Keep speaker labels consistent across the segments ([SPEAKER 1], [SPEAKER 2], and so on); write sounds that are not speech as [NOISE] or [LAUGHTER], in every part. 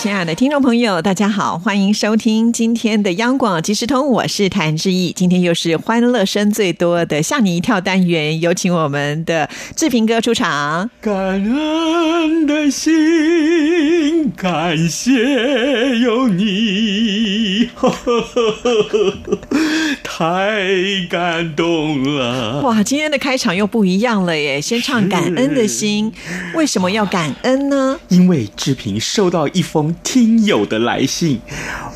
[SPEAKER 1] 亲爱的听众朋友，大家好，欢迎收听今天的央广即时通，我是谭志毅。今天又是欢乐声最多的吓你一跳单元，有请我们的志平哥出场。
[SPEAKER 2] 感恩的心，感谢有你， [LAUGHS] 太感动了。
[SPEAKER 1] 哇，今天的开场又不一样了耶！先唱《感恩哎的心》，为什么要感恩呢？
[SPEAKER 2] 因为志平收到一封听友的来信，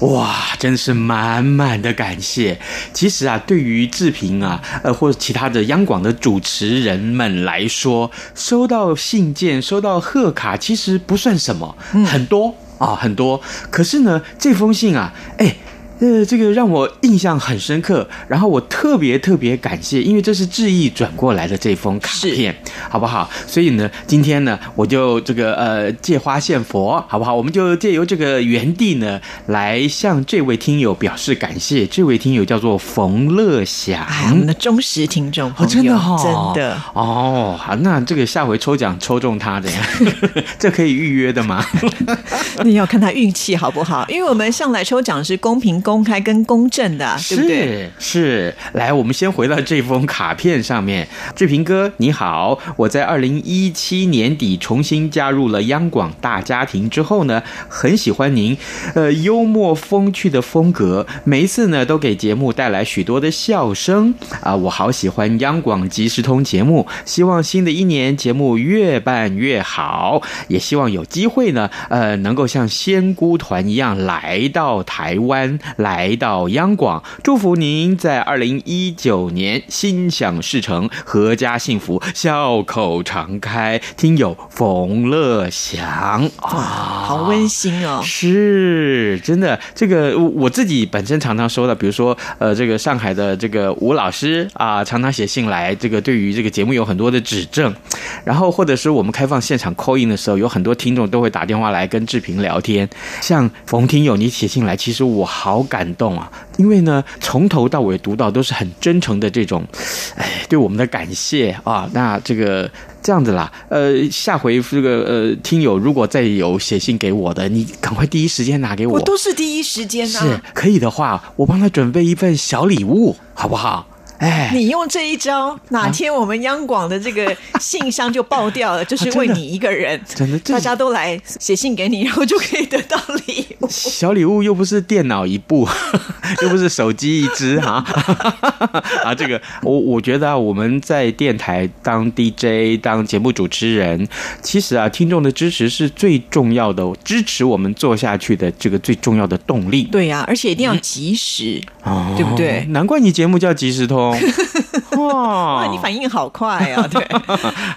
[SPEAKER 2] 哇，真是满满的感谢。其实啊，对于志平啊，呃，或者其他的央广的主持人们来说，收到信件、收到贺卡，其实不算什么，很多啊，很多。可是呢，这封信啊，哎。呃，这个让我印象很深刻，然后我特别特别感谢，因为这是志毅转过来的这封卡片，好不好？所以呢，今天呢，我就这个呃借花献佛，好不好？我们就借由这个原地呢，来向这位听友表示感谢。这位听友叫做冯乐祥，
[SPEAKER 1] 哎，我们的忠实听众朋
[SPEAKER 2] 哦，
[SPEAKER 1] 友，
[SPEAKER 2] 真的哦，
[SPEAKER 1] 真的。
[SPEAKER 2] 哦，好，那这个下回抽奖抽中他
[SPEAKER 1] [LAUGHS]
[SPEAKER 2] 怎样？这可以预约的吗？
[SPEAKER 1] 那要看他运气好不好，因为我们上来抽奖是公平、公开跟公正的啊，对不对？
[SPEAKER 2] 是是，来，我们先回到这封卡片上面。志平哥，你好，我在二零一七年底重新加入了央广大家庭之后呢，很喜欢您，呃，幽默风趣的风格，每一次呢都给节目带来许多的笑声啊、我好喜欢央广即时通节目，希望新的一年节目越办越好，也希望有机会呢，呃，能够像仙姑团一样来到台湾，来到央广，祝福您在二零一九年心想事成，阖家幸福，笑口常开。听友冯乐祥
[SPEAKER 1] 哇，
[SPEAKER 2] 啊，
[SPEAKER 1] 好温馨哦！
[SPEAKER 2] 是真的，这个我我自己本身常常收到，比如说呃，这个上海的这个吴老师啊、常常写信来，这个对于这个节目有很多的指正，然后或者是我们开放现场 call in 的时候，有很多听众都会打电话来跟志平聊天。像冯听友你写信来，其实我好感动啊，因为呢，从头到尾读到都是很真诚的这种，哎，对我们的感谢啊。那这个这样子啦，呃，下回这个呃听友如果再有写信给我的，你赶快第一时间拿给我，
[SPEAKER 1] 我都是第一时间
[SPEAKER 2] 是
[SPEAKER 1] 啊，
[SPEAKER 2] 可以的话，我帮他准备一份小礼物，好不好？哎，
[SPEAKER 1] 你用这一招，哪天我们央广的这个信箱就爆掉了，就是为你一个人，
[SPEAKER 2] 啊真的这
[SPEAKER 1] 大家都来写信给你，然后就可以得到礼
[SPEAKER 2] [LAUGHS]
[SPEAKER 1] 物。
[SPEAKER 2] 小礼物又不是电脑一部， [LAUGHS] 又不是手机一只哈 [LAUGHS] 啊！这个我我觉得啊，我们在电台当 DJ 当节目主持人，其实啊，听众的支持是最重要的，支持我们做下去的这个最重要的动力。
[SPEAKER 1] 对呀、而且一定要及时。
[SPEAKER 2] 哦
[SPEAKER 1] 对不对
[SPEAKER 2] 难怪你节目叫即
[SPEAKER 1] [LAUGHS]
[SPEAKER 2] 时通哇
[SPEAKER 1] 哇，
[SPEAKER 2] 啊
[SPEAKER 1] 你反应好快
[SPEAKER 2] [LAUGHS]
[SPEAKER 1] 啊！对，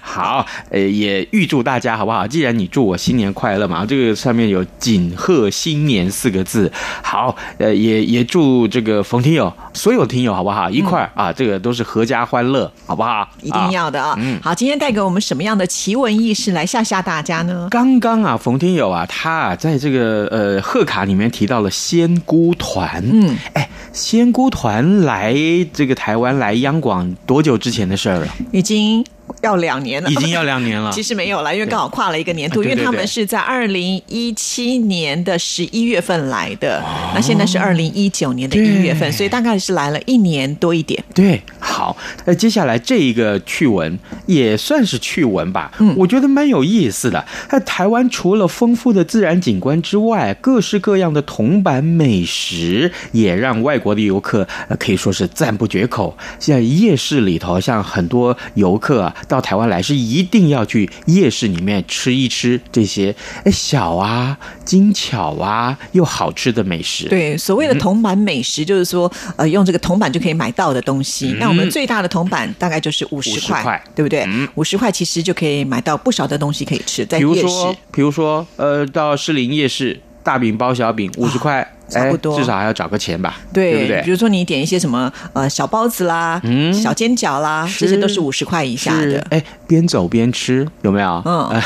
[SPEAKER 2] 好，呃，也预祝大家好不好？既然你祝我新年快乐嘛，这个上面有“锦贺新年”四个字。好，呃，也也祝这个冯听友、所有听友好不好？一块儿、啊，这个都是阖家欢乐，好不好？
[SPEAKER 1] 嗯一定
[SPEAKER 2] 啊
[SPEAKER 1] 要的啊！好，今天带给我们什么样的奇闻异事来吓吓大家呢？
[SPEAKER 2] 刚刚啊，冯天友啊，他啊在这个呃贺卡里面提到了仙姑团，
[SPEAKER 1] 嗯，
[SPEAKER 2] 哎，仙姑团来这个台湾来央广多久之前的事儿了？
[SPEAKER 1] 已经要两年 [LAUGHS] 了，
[SPEAKER 2] 已经要两年了。
[SPEAKER 1] 其实没有啦，因为刚好跨了一个年度，
[SPEAKER 2] 对
[SPEAKER 1] 因为他
[SPEAKER 2] 对对
[SPEAKER 1] 们是在二零一七年的十一月份来的，那现在是二零一九年的一月份，
[SPEAKER 2] 哦对
[SPEAKER 1] 所以大概是来了一年多一点。
[SPEAKER 2] 对，好，呃，接下来这一个趣闻也算是趣闻吧，
[SPEAKER 1] 嗯
[SPEAKER 2] 我觉得蛮有意思的。那台湾除了丰富的自然景观之外，各式各样的铜板美食也让外国的游客、呃、可以说是赞不绝口。像夜市里头，像很多游客啊到台湾来是一定要去夜市里面吃一吃这些哎小啊、精巧啊又好吃的美食。
[SPEAKER 1] 对，所
[SPEAKER 2] 嗯
[SPEAKER 1] 谓的铜板美食，就是说，呃，用这个铜板就可以买到的东西。那我们最大的铜板大概就是五十
[SPEAKER 2] 50块嗯
[SPEAKER 1] 对不对？五十块其实就可以买到不少的东西可以吃，在
[SPEAKER 2] 比如
[SPEAKER 1] 夜市
[SPEAKER 2] 说，比如说，呃，到士林夜市，大饼包小饼五十块，
[SPEAKER 1] 啊差不多
[SPEAKER 2] 哎至少还要找个钱吧，对
[SPEAKER 1] 对
[SPEAKER 2] 不
[SPEAKER 1] 比
[SPEAKER 2] 对？
[SPEAKER 1] 如说你点一些什么呃小包子啦、
[SPEAKER 2] 嗯
[SPEAKER 1] 小煎饺啦，
[SPEAKER 2] 是
[SPEAKER 1] 这些都是五十块以下
[SPEAKER 2] 是
[SPEAKER 1] 的。
[SPEAKER 2] 哎，边走边吃，有没有？ [LAUGHS]
[SPEAKER 1] 嗯，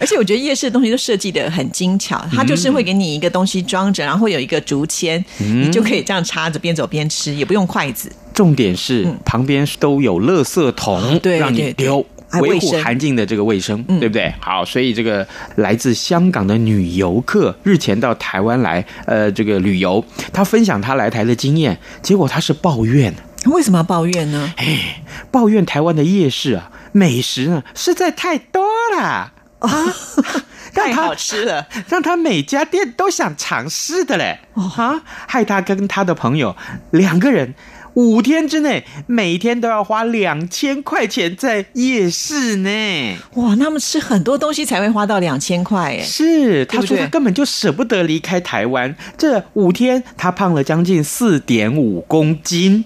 [SPEAKER 1] 而且我觉得夜市的东西都设计的很精
[SPEAKER 2] 嗯
[SPEAKER 1] 巧，它就是会给你一个东西装着，然后有一个竹签，
[SPEAKER 2] 嗯
[SPEAKER 1] 你就可以这样插着边走边吃，也不用筷子。
[SPEAKER 2] 重点是、
[SPEAKER 1] 嗯啊
[SPEAKER 2] 旁边都有垃圾桶，
[SPEAKER 1] 对
[SPEAKER 2] 让你
[SPEAKER 1] 对对
[SPEAKER 2] 丢。
[SPEAKER 1] 还
[SPEAKER 2] 维
[SPEAKER 1] 卫
[SPEAKER 2] 护
[SPEAKER 1] 生
[SPEAKER 2] 环境的这个卫生，
[SPEAKER 1] 嗯
[SPEAKER 2] 对不对？好，所以这个来自香港的女游客日前到台湾来，呃，这个旅游，她分享她来台的经验，结果她是抱怨，
[SPEAKER 1] 为什么要抱怨呢？
[SPEAKER 2] 哎，抱怨台湾的夜市啊，美食呢实在太多了啊，
[SPEAKER 1] [LAUGHS] 哦
[SPEAKER 2] 让
[SPEAKER 1] 太
[SPEAKER 2] 她
[SPEAKER 1] 好吃了，
[SPEAKER 2] 让他每家店都想尝试的嘞，啊，害他跟他的朋友两个人五天之内每天都要花两千块钱在夜市呢。
[SPEAKER 1] 哇！那么吃很多东西才会花到两千块耶。 [LAUGHS]
[SPEAKER 2] 是，他
[SPEAKER 1] 对不
[SPEAKER 2] 说
[SPEAKER 1] 对
[SPEAKER 2] 他根本就舍不得离开台湾，这五天他胖了将近四点五公斤。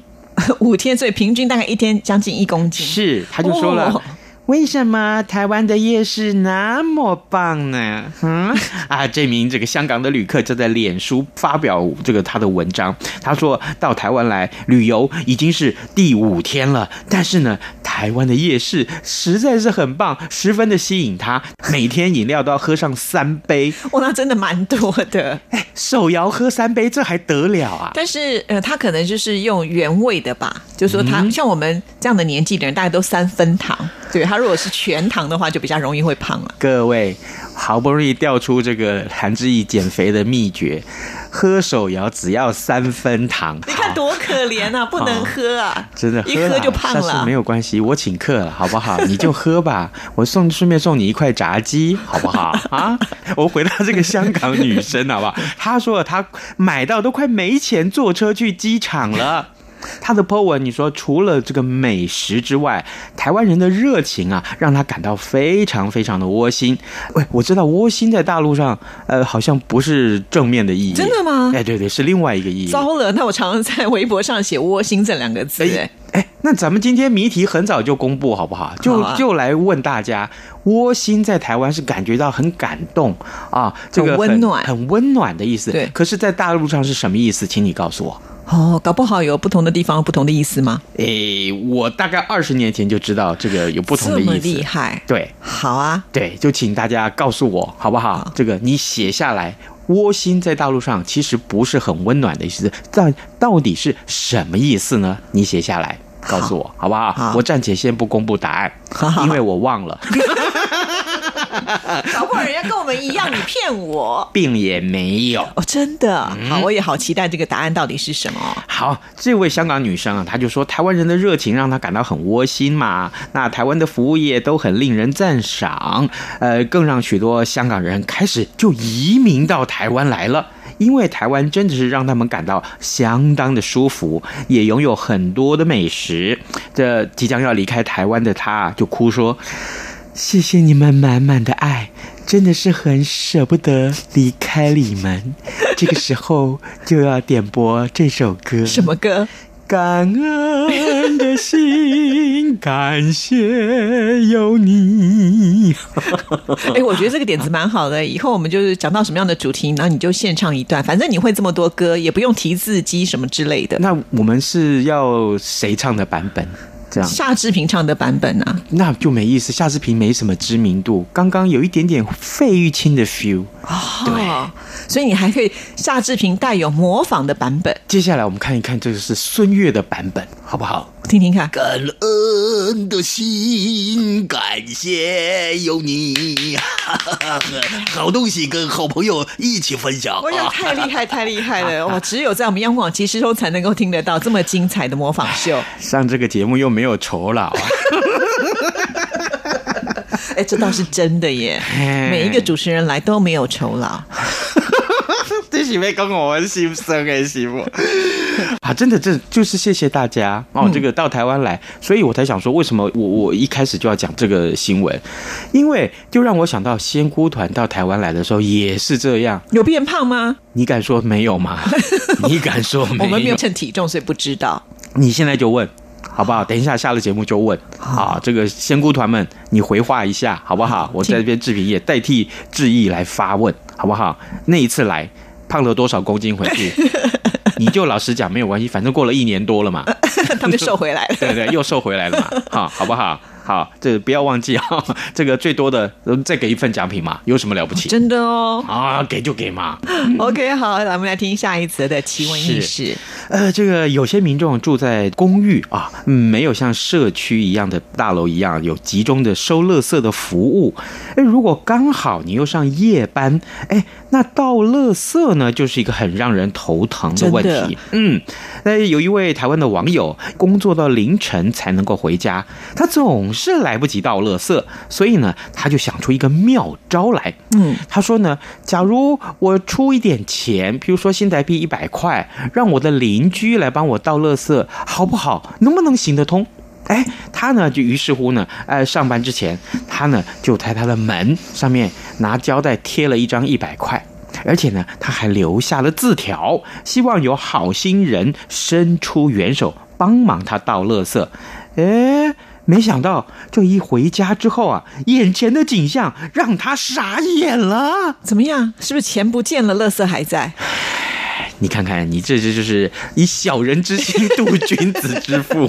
[SPEAKER 1] 五天，所以平均大概一天将近一公斤。
[SPEAKER 2] 是，他就说了。
[SPEAKER 1] 哦
[SPEAKER 2] 为什么台湾的夜市那么棒呢？嗯啊，这名这个香港的旅客就在脸书发表这个他的文章，他说到台湾来旅游已经是第五天了，但是呢，台湾的夜市实在是很棒，十分的吸引他，每天饮料都要喝上三杯，哎
[SPEAKER 1] 哇，那真的蛮多
[SPEAKER 2] [LAUGHS]
[SPEAKER 1] 的。
[SPEAKER 2] 手摇喝三杯，这还得了啊？
[SPEAKER 1] 但是呃，他可能就是用原味的吧，就说
[SPEAKER 2] 嗯
[SPEAKER 1] 他、像我们这样的年纪的人，大概都三分糖。对他如果是全糖的话，就比较容易会胖了。
[SPEAKER 2] 各位，好不容易调出这个韩志毅减肥的秘诀，喝手摇只要三分糖。
[SPEAKER 1] 你看多可怜啊，不能喝啊，
[SPEAKER 2] 真的，
[SPEAKER 1] 一
[SPEAKER 2] 喝
[SPEAKER 1] 喝
[SPEAKER 2] 啦
[SPEAKER 1] 就胖
[SPEAKER 2] 但是
[SPEAKER 1] 了
[SPEAKER 2] 没。有关系，我请客了，好不好？ [LAUGHS] 你就喝吧，我送顺便送你一块炸鸡，好
[SPEAKER 1] [LAUGHS]
[SPEAKER 2] 不好？啊，我回到这个香港女生，好不好？她说她买到都快没钱坐车去机场了。她的 po 文，你说除了这个美食之外，台湾人的热情啊，让她感到非常非常的窝心。喂，我知道窝心在大陆上，呃，好像不是正面的意义，
[SPEAKER 1] 真的吗
[SPEAKER 2] 哎，对对，是另外一个意义。
[SPEAKER 1] 糟了，那我常常在微博上写“窝心”这两个字、哎
[SPEAKER 2] 哎哎，那咱们今天谜题很早就公布好不好？就、
[SPEAKER 1] 好啊
[SPEAKER 2] 就来问大家，窝心在台湾是感觉到很感动啊，这个
[SPEAKER 1] 很温暖
[SPEAKER 2] 很温暖的意思。
[SPEAKER 1] 对
[SPEAKER 2] 可是，在大陆上是什么意思？请你告诉我。
[SPEAKER 1] 哦，搞不好有不同的地方有不同的意思吗？
[SPEAKER 2] 诶，我大概二十年前就知道这个有不同的
[SPEAKER 1] 这么
[SPEAKER 2] 意
[SPEAKER 1] 厉
[SPEAKER 2] 思。
[SPEAKER 1] 害，
[SPEAKER 2] 对
[SPEAKER 1] 好啊，
[SPEAKER 2] 对，就请大家告诉我好不好？这个你写下来。窝心在大陆上其实不是很温暖的意思，但到底是什么意思呢？你写下来告诉我好不好？
[SPEAKER 1] 好
[SPEAKER 2] 我暂且先不公布答案。
[SPEAKER 1] 好好
[SPEAKER 2] 因为我忘了，
[SPEAKER 1] [LAUGHS] 搞不好人家跟我们一样，你骗我。
[SPEAKER 2] 并也没有。
[SPEAKER 1] 哦，真的，好，我也好期待这个答案到底是什么哦。
[SPEAKER 2] 好，这位香港女生啊，她就说台湾人的热情让她感到很窝心嘛。那台湾的服务业都很令人赞赏，呃，更让许多香港人开始就移民到台湾来了。因为台湾真的是让他们感到相当的舒服，也拥有很多的美食。这即将要离开台湾的她啊就哭说：“谢谢你们满满的爱，真的是很舍不得离开你们。这个时候就要点播这首歌，
[SPEAKER 1] 什么 [LAUGHS] 歌？
[SPEAKER 2] 感恩的心，感谢有你。
[SPEAKER 1] 哎、我觉得这个点子蛮好的。以后我们就是讲到什么样的主题，然后你就现唱一段，反正你会这么多歌，也不用提字机什么之类的。
[SPEAKER 2] 那我们是要谁唱的版本？这样
[SPEAKER 1] 夏志平唱的版本啊，
[SPEAKER 2] 那就没意思。夏志平没什么知名度，刚刚有一点点费玉清的 feel。
[SPEAKER 1] 哦，所以你还可以夏志平带有模仿的版本，
[SPEAKER 2] 接下来我们看一看，这个是孙悦的版本，好不好？
[SPEAKER 1] 听听 [LAUGHS] 看。
[SPEAKER 3] 感恩的心，感谢有你， [LAUGHS] 好东西跟好朋友一起分享
[SPEAKER 1] 我想
[SPEAKER 3] 啊！
[SPEAKER 1] 太厉害，太厉害 [LAUGHS] 了！哇，只有在我们央广即时通才能够听得到这么精彩的模仿秀。
[SPEAKER 2] 上这个节目又没有酬劳啊。
[SPEAKER 1] [LAUGHS] 哎，这倒是真的耶！每一个主持人来都没有酬劳，
[SPEAKER 2] 这是要讲我心声的是不？ [LAUGHS] 啊，真的，这就是谢谢大家哦。这个到台湾来，所以我才想说，为什么我我一开始就要讲这个新闻，因为就让我想到仙姑团到台湾来的时候也是这样。
[SPEAKER 1] 有变胖吗？
[SPEAKER 2] 你敢说没有吗？你敢说
[SPEAKER 1] 我
[SPEAKER 2] 没
[SPEAKER 1] 们没有
[SPEAKER 2] 有？
[SPEAKER 1] 称体重，所以不知道。 [LAUGHS]
[SPEAKER 2] 你现在就问。好不好？等一下下了节目就问啊，这个仙姑团们，你回话一下好不好？我在这边志平也代替志毅来发问，好不好？那一次来，胖了多少公斤回去？你就老实讲没有关系，反正过了一年多了嘛，
[SPEAKER 1] 他们瘦回来
[SPEAKER 2] [LAUGHS]
[SPEAKER 1] 了。
[SPEAKER 2] 对对，又瘦回来了嘛，好，好不好？好，这个不要忘记啊、这个最多的呃再给一份奖品嘛，有什么了不起？
[SPEAKER 1] 真的哦
[SPEAKER 2] 啊，给就给嘛。
[SPEAKER 1] ，OK，好，咱们来听下一则的奇闻异事。
[SPEAKER 2] 呃，这个有些民众住在公寓啊，嗯没有像社区一样的大楼一样有集中的收垃圾的服务。哎，如果刚好你又上夜班，哎，那倒垃圾呢，就是一个很让人头疼的问
[SPEAKER 1] 真的
[SPEAKER 2] 题。嗯，那有一位台湾的网友工作到凌晨才能够回家，他总是来不及倒垃圾，所以呢，他就想出一个妙招来。
[SPEAKER 1] 嗯，
[SPEAKER 2] 他说呢，假如我出一点钱，譬如说新台币一百块，让我的邻居来帮我倒垃圾，好不好？能不能行得通？哎，他呢就于是乎呢，呃，上班之前，他呢就在他的门上面拿胶带贴了一张一百块。而且呢，他还留下了字条，希望有好心人伸出援手帮忙他倒垃圾。哎，没想到这一回家之后啊，眼前的景象让他傻眼了。
[SPEAKER 1] 怎么样？是不是钱不见了，垃圾还在？
[SPEAKER 2] 你看看，你这这就是以小人之心度君子之腹。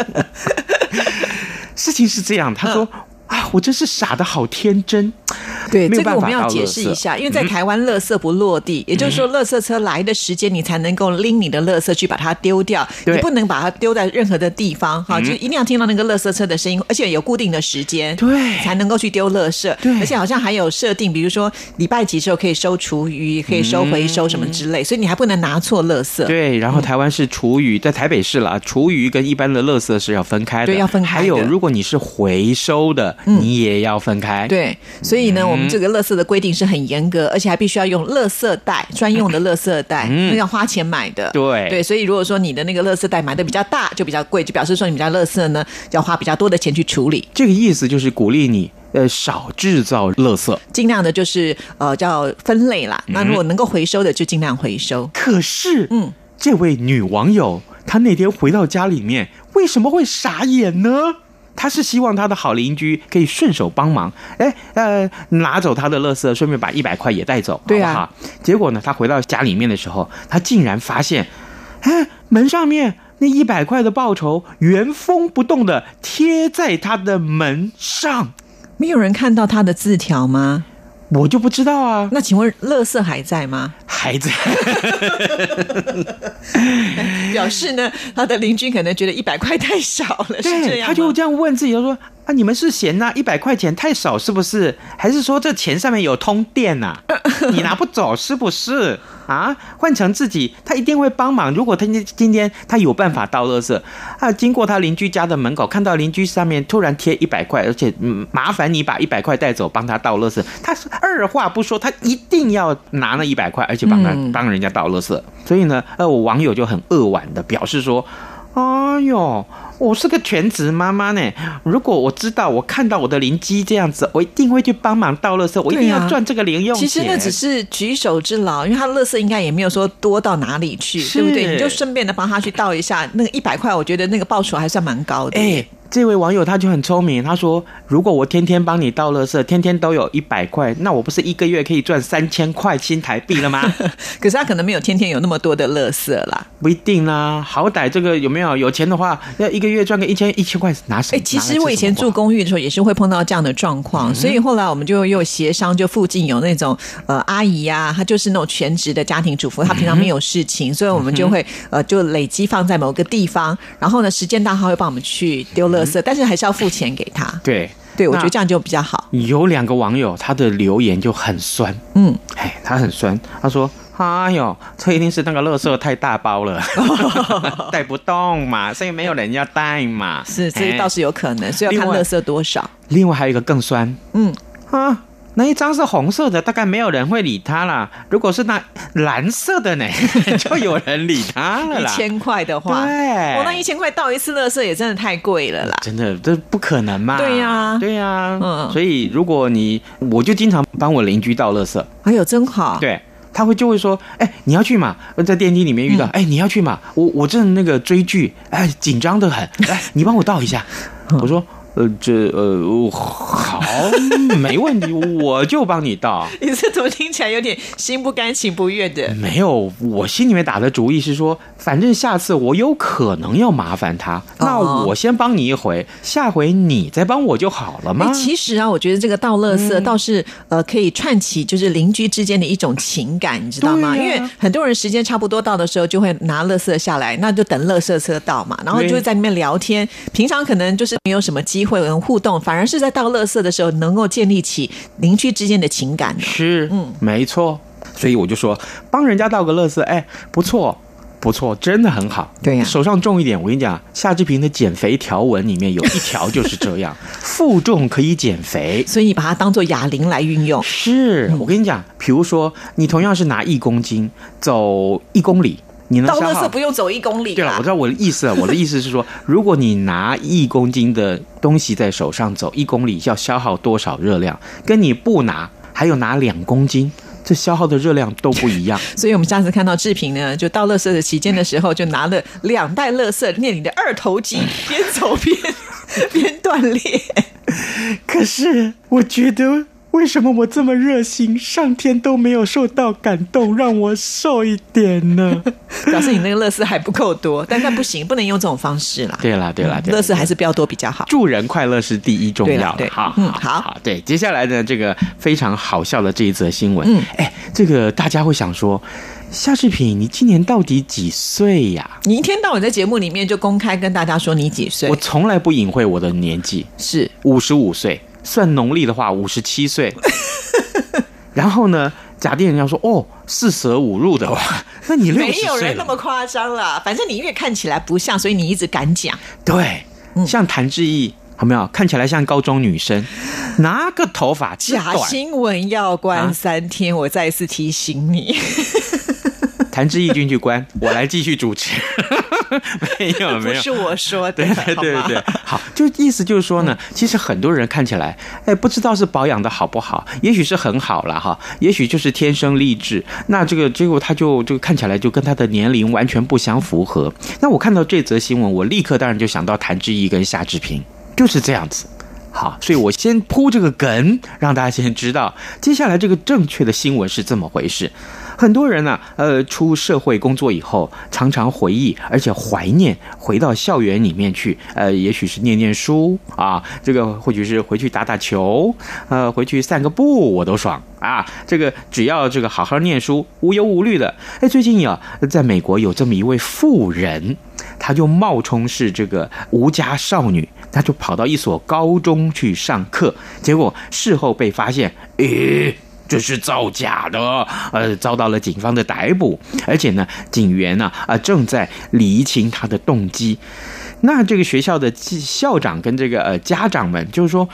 [SPEAKER 2] 事情是这样，他说。啊，我真是傻的好天真。
[SPEAKER 1] [LAUGHS] 对，
[SPEAKER 2] 没有
[SPEAKER 1] 这个
[SPEAKER 2] 办
[SPEAKER 1] 我
[SPEAKER 2] 法
[SPEAKER 1] 们要
[SPEAKER 2] 倒
[SPEAKER 1] 解
[SPEAKER 2] 垃
[SPEAKER 1] 释
[SPEAKER 2] 圾嗯
[SPEAKER 1] 一下，因为在台湾，垃圾不落地，也就是说，垃圾车来的时间，你才能够拎你的垃圾去把它丢掉，你
[SPEAKER 2] 对嗯
[SPEAKER 1] 不能把它丢在任何的地方哈，就一定要听到那个垃圾车的声音，而且有固定的时间，
[SPEAKER 2] 对
[SPEAKER 1] 才能够去丢垃圾，
[SPEAKER 2] 对
[SPEAKER 1] 而且好像还有设定，比如说礼拜几时候可以收厨余，可以收回收什么之类，所以你还不能拿错垃圾，
[SPEAKER 2] 对，然后台湾是厨余，在台北市了，厨余跟一般的垃圾是要分开的，嗯
[SPEAKER 1] 对要分开的
[SPEAKER 2] 还有，如果你是回收的，你也要分开。
[SPEAKER 1] 对，所以
[SPEAKER 2] 嗯
[SPEAKER 1] 呢，我们这个垃圾的规定是很严格，而且还必须要用垃圾袋，专用的垃圾袋，那要花钱买的。
[SPEAKER 2] 嗯对
[SPEAKER 1] 对，所以如果说你的那个垃圾袋买的比较大，就比较贵，就表示说你们家垃圾呢要花比较多的钱去处理，
[SPEAKER 2] 这个意思就是鼓励你，呃，少制造垃圾。
[SPEAKER 1] 尽量的就是呃叫分类啦。
[SPEAKER 2] 嗯
[SPEAKER 1] 那如果能够回收的就尽量回收。
[SPEAKER 2] 可是，
[SPEAKER 1] 嗯，
[SPEAKER 2] 这位女网友她那天回到家里面，为什么会傻眼呢？她是希望她的好邻居可以顺手帮忙，哎呃，拿走她的垃圾，顺便把一百块也带走，
[SPEAKER 1] 对啊
[SPEAKER 2] 好不好？结果呢，她回到家里面的时候，她竟然发现，哎，门上面那一百块的报酬原封不动的贴在她的门上，
[SPEAKER 1] 没有人看到他的字条吗？
[SPEAKER 2] 我就不知道啊。
[SPEAKER 1] 那请问垃圾还在
[SPEAKER 2] [LAUGHS]
[SPEAKER 1] 吗？
[SPEAKER 2] 孩子，
[SPEAKER 1] 表示呢，他的邻居可能觉得一百块太少了， [LAUGHS] 是这
[SPEAKER 2] 对，
[SPEAKER 1] 样吗
[SPEAKER 2] 他就这样问自己，他说：“啊，你们是嫌那一百块钱太少是不是？还是说这钱上面有通电啊呐、 [LAUGHS] 你拿不走是不是？啊，换成自己，他一定会帮忙。如果他今今天他有办法倒垃圾啊，经过他邻居家的门口，看到邻居上面突然贴一百块，而且、嗯、麻烦你把一百块带走，帮他倒垃圾。他是二话不说，他一定要拿那一百块，而且帮他、
[SPEAKER 1] 嗯
[SPEAKER 2] 帮人家倒垃圾。所以呢，呃，我网友就很扼腕的表示说。哎呦，我是个全职妈妈呢。如果我知道我看到我的邻居这样子，我一定会去帮忙倒垃圾，我一定
[SPEAKER 1] 对啊
[SPEAKER 2] 要赚这个零用钱。
[SPEAKER 1] 其实那只是举手之劳，因为他垃圾应该也没有说多到哪里去，
[SPEAKER 2] 是
[SPEAKER 1] 对不对？你就顺便的帮他去倒一下，那个一百块，我觉得那个报酬还算蛮高的。
[SPEAKER 2] 哎，这位网友他就很聪明，他说：“如果我天天帮你倒垃圾，天天都有一百块，那我不是一个月可以赚三千块新台币了吗？ [LAUGHS]
[SPEAKER 1] 可是他可能没有天天有那么多的垃圾啦。
[SPEAKER 2] 不一定啦，好歹这个有没有有钱的话，要一个月赚个一千一千块拿什
[SPEAKER 1] 哎，
[SPEAKER 2] 么？
[SPEAKER 1] 其
[SPEAKER 2] 拿来
[SPEAKER 1] 实
[SPEAKER 2] 吃
[SPEAKER 1] 我以前
[SPEAKER 2] 什
[SPEAKER 1] 住
[SPEAKER 2] 么嗯
[SPEAKER 1] 公寓的时候也是会碰到这样的状况，所以后来我们就又协商，就附近有那种呃阿姨啊，她就是那种全职的家庭主妇，她平常没有事情，所以我们
[SPEAKER 2] 嗯
[SPEAKER 1] 就会呃就累积放在某个地方，然后呢时间到她会帮我们去丢垃圾，但是还是要付钱给她。
[SPEAKER 2] 对
[SPEAKER 1] 对，我觉得
[SPEAKER 2] 嗯那
[SPEAKER 1] 这样就比较好。
[SPEAKER 2] 有两个网友，他的留言就很酸，
[SPEAKER 1] 嗯，
[SPEAKER 2] 哎，他很酸，他说：“哎呦，这一定是那个垃圾太大
[SPEAKER 1] [LAUGHS]
[SPEAKER 2] 包了，带不动嘛，所以没有人要带嘛。
[SPEAKER 1] 是，这
[SPEAKER 2] 哎
[SPEAKER 1] 倒是有可能，所以要看
[SPEAKER 2] 另外
[SPEAKER 1] 垃圾多少。
[SPEAKER 2] 另外还有一个更酸，
[SPEAKER 1] 嗯
[SPEAKER 2] 啊，那一张是红色的，大概没有人会理他啦。如果是那蓝色的呢， [LAUGHS] 就有人理他了
[SPEAKER 1] 一
[SPEAKER 2] 啦。
[SPEAKER 1] 千块的话，
[SPEAKER 2] 对嗯
[SPEAKER 1] 我、那一千块倒一次垃圾也真的太贵了啦。
[SPEAKER 2] 真的，这不可能嘛？
[SPEAKER 1] 对呀
[SPEAKER 2] 对呀、
[SPEAKER 1] 嗯
[SPEAKER 2] 所以如果你，我就经常帮我邻居倒垃圾，
[SPEAKER 1] 哎呦，真好，
[SPEAKER 2] 对。他会就会说，哎、你要去嘛？在电梯里面遇
[SPEAKER 1] 嗯
[SPEAKER 2] 到，哎、你要
[SPEAKER 1] [LAUGHS]
[SPEAKER 2] 哎
[SPEAKER 1] 嗯
[SPEAKER 2] 去嘛？我我正那个追剧，哎、紧张的很，来，你帮我倒一下。我说呃，这呃好，没问题，我就帮你倒。
[SPEAKER 1] [LAUGHS] 你这怎么听起来有点心不甘情不愿的？
[SPEAKER 2] 没有，我心里面打的主意是说，反正下次我有可能要麻烦他，那
[SPEAKER 1] 哦
[SPEAKER 2] 我先帮你一回，下回你再帮我就好了
[SPEAKER 1] 哎、
[SPEAKER 2] 嘛。
[SPEAKER 1] 其实啊，我觉得这个倒垃
[SPEAKER 2] 嗯
[SPEAKER 1] 圾倒是、呃可以串起就是邻居之间的一种情感，你知道吗？
[SPEAKER 2] 对啊
[SPEAKER 1] 因为很多人时间差不多到的时候，就会拿垃圾下来，那就等垃圾车到嘛，然后
[SPEAKER 2] 对
[SPEAKER 1] 就会在那边聊天。平常可能就是没有什么机会跟互动，反而是在倒垃圾的时候能够建立起邻居之间的情感呢。
[SPEAKER 2] 是，嗯，没错。所以我就说，帮人家倒个垃圾，哎，不错，不错，真的很好。
[SPEAKER 1] 对呀
[SPEAKER 2] 手上重一点，我跟你讲，夏志平的减肥条文里面有一条就是这
[SPEAKER 1] [LAUGHS]
[SPEAKER 2] 样，负重可以减肥。
[SPEAKER 1] 所以你把它当做哑铃来运用，
[SPEAKER 2] 是
[SPEAKER 1] 嗯
[SPEAKER 2] 我跟你讲，比如说你同样是拿一公斤走一公里，你能
[SPEAKER 1] 倒
[SPEAKER 2] 消
[SPEAKER 1] 垃
[SPEAKER 2] 耗
[SPEAKER 1] 圾不用走一公里啊
[SPEAKER 2] 对了，
[SPEAKER 1] 啦
[SPEAKER 2] 我知道我的意思了。我的意思是说，如果你拿一公斤的东西在手上走一公里，要消耗多少热量？跟你不拿，还有拿两公斤，这消耗的热量都不一样。
[SPEAKER 1] 所以我们下次看到志平呢，就倒垃圾的期间的时候，就拿了两袋垃圾，念你的二头肌，边走边边锻
[SPEAKER 2] [LAUGHS]
[SPEAKER 1] 炼。
[SPEAKER 2] [LAUGHS] 可是我觉得，为什么我这么热心，上天都没有受到感动，让我瘦一点呢？ [LAUGHS]
[SPEAKER 1] 表示你那个垃圾还不够多，但那不行，不能用这种方式啦。嗯
[SPEAKER 2] 对啦，对啦，对啦
[SPEAKER 1] 垃圾还是不要多比较好。
[SPEAKER 2] 助人快乐是第一重要
[SPEAKER 1] 对
[SPEAKER 2] 的
[SPEAKER 1] 啦对
[SPEAKER 2] 哈。
[SPEAKER 1] 嗯好
[SPEAKER 2] 好，对，接下来的这个非常好笑的这一则新闻，
[SPEAKER 1] 嗯，
[SPEAKER 2] 哎，这个大家会想说，夏志平，你今年到底几岁呀、
[SPEAKER 1] 你一天到晚在节目里面就公开跟大家说你几岁
[SPEAKER 2] 我，从来不隐晦我的年纪，
[SPEAKER 1] 是
[SPEAKER 2] 五十五岁，算农历的话五十
[SPEAKER 1] [LAUGHS]
[SPEAKER 2] 七岁。然后呢，假定人家说哦，四舍五入的话， [LAUGHS] 那你六
[SPEAKER 1] 没
[SPEAKER 2] 十
[SPEAKER 1] 有
[SPEAKER 2] 岁
[SPEAKER 1] 人那
[SPEAKER 2] 了
[SPEAKER 1] 么夸张啦。反正你越看起来不像，所以你一直敢讲。
[SPEAKER 2] 对，
[SPEAKER 1] 嗯
[SPEAKER 2] 像谭志毅。有没有看起来像高中
[SPEAKER 1] [LAUGHS]
[SPEAKER 2] 女生？拿个头发这
[SPEAKER 1] 假
[SPEAKER 2] 短
[SPEAKER 1] 新闻要关
[SPEAKER 2] 啊
[SPEAKER 1] 三天，我再一次提醒你。
[SPEAKER 2] 谭志毅进去关，我来继续
[SPEAKER 1] [LAUGHS]
[SPEAKER 2] 主持。没有
[SPEAKER 1] 不
[SPEAKER 2] 没有
[SPEAKER 1] 是。我说的，
[SPEAKER 2] 对对对
[SPEAKER 1] 好吗
[SPEAKER 2] 对，对好，就意思就是说呢，其实很多人看起来，哎，不知道是保养的好不好，也许是很好了哈，也许就是天生丽质，那这个结果他就就看起来就跟他的年龄完全不相符合。那我看到这则新闻，我立刻当然就想到谭志毅跟夏志平，就是这样子。好，所以我先铺这个梗，让大家先知道，接下来这个正确的新闻是这么回事。很多人呢、呃，出社会工作以后，常常回忆，而且怀念回到校园里面去，呃，也许是念念书啊，这个或许是回去打打球，呃，回去散个步，我都爽啊。这个只要这个好好念书，无忧无虑的。哎，最近呀、在美国有这么一位富人，他就冒充是这个无家少女，他就跑到一所高中去上课，结果事后被发现，诶。这是造假的，呃，遭到了警方的逮捕，而且呢，警员呢、啊，正在厘清他的动机。那这个学校的校长跟这个呃家长们，就是说，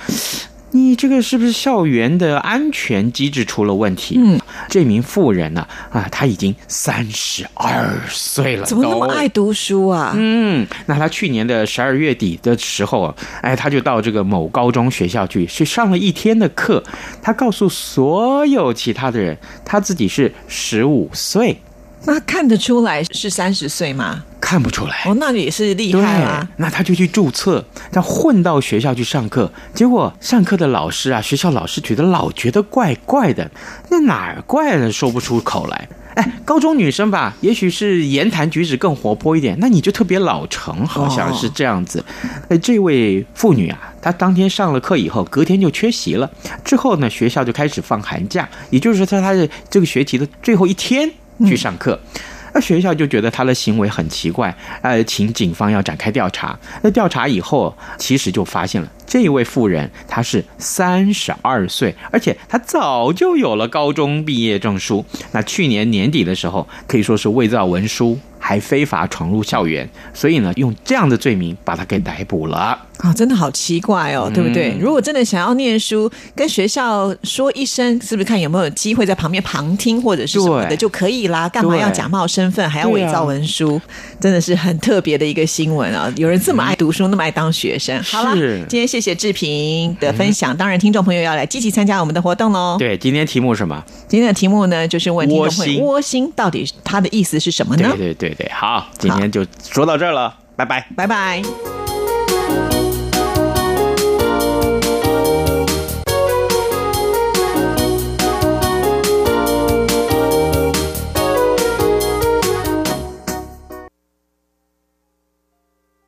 [SPEAKER 2] 你这个是不是校园的安全机制出了问题？嗯，这名妇人呢、啊，他已经三十二岁了，
[SPEAKER 1] 怎么那么
[SPEAKER 2] 都
[SPEAKER 1] 爱读书啊？
[SPEAKER 2] 嗯，那他去年的十二月底的时候啊，哎，他就到这个某高中学校去，去上了一天的课。他告诉所有其他的人，他自己是十五岁，
[SPEAKER 1] 那看得出来是三十岁吗？
[SPEAKER 2] 看不出来。
[SPEAKER 1] 哦，那也是厉
[SPEAKER 2] 哎对
[SPEAKER 1] 害啊啦。，
[SPEAKER 2] 那他就去注册，他混到学校去上课。结果上课的老师啊，学校老师觉得老觉得怪怪的，那哪儿怪呢？说不出口来。哎，高中女生吧，也许是言谈举止更活泼一点，那你就特别老成，好像是这样子。
[SPEAKER 1] 哦
[SPEAKER 2] 哎，这位妇女啊，她当天上了课以后，隔天就缺席了。之后呢，学校就开始放寒假，也就是说，她的这个学期的最后一天去上课。
[SPEAKER 1] 嗯
[SPEAKER 2] 那学校就觉得她的行为很奇怪，呃，请警方要展开调查。那调查以后，其实就发现了这一位妇人，她是三十二岁，而且她早就有了高中毕业证书。那去年年底的时候，可以说是伪造文书，还非法闯入校园，所以呢，用这样的罪名把她给逮捕了。
[SPEAKER 1] 啊、真的好奇怪
[SPEAKER 2] 嗯
[SPEAKER 1] 哦，对不对？如果真的想要念书，跟学校说一声，是不是看有没有机会在旁边旁听或者是什么的
[SPEAKER 2] 对
[SPEAKER 1] 就可以啦？干嘛
[SPEAKER 2] 对
[SPEAKER 1] 要假冒身份，还要伪造文书？真的是很特别的一个新闻啊！有人这么爱读书，那么爱当学生。好啦，
[SPEAKER 2] 是
[SPEAKER 1] 今天谢谢志平的分享，当然听众朋友要来积极参加我们的活动喽。
[SPEAKER 2] 对，今天题目是什么？
[SPEAKER 1] 今天的题目呢，就是问听众朋
[SPEAKER 2] 窝
[SPEAKER 1] 友
[SPEAKER 2] 心
[SPEAKER 1] 窝心到底它的意思是什么呢
[SPEAKER 2] 对？对对对，好，今天就说到这儿了，拜拜。
[SPEAKER 1] 拜拜。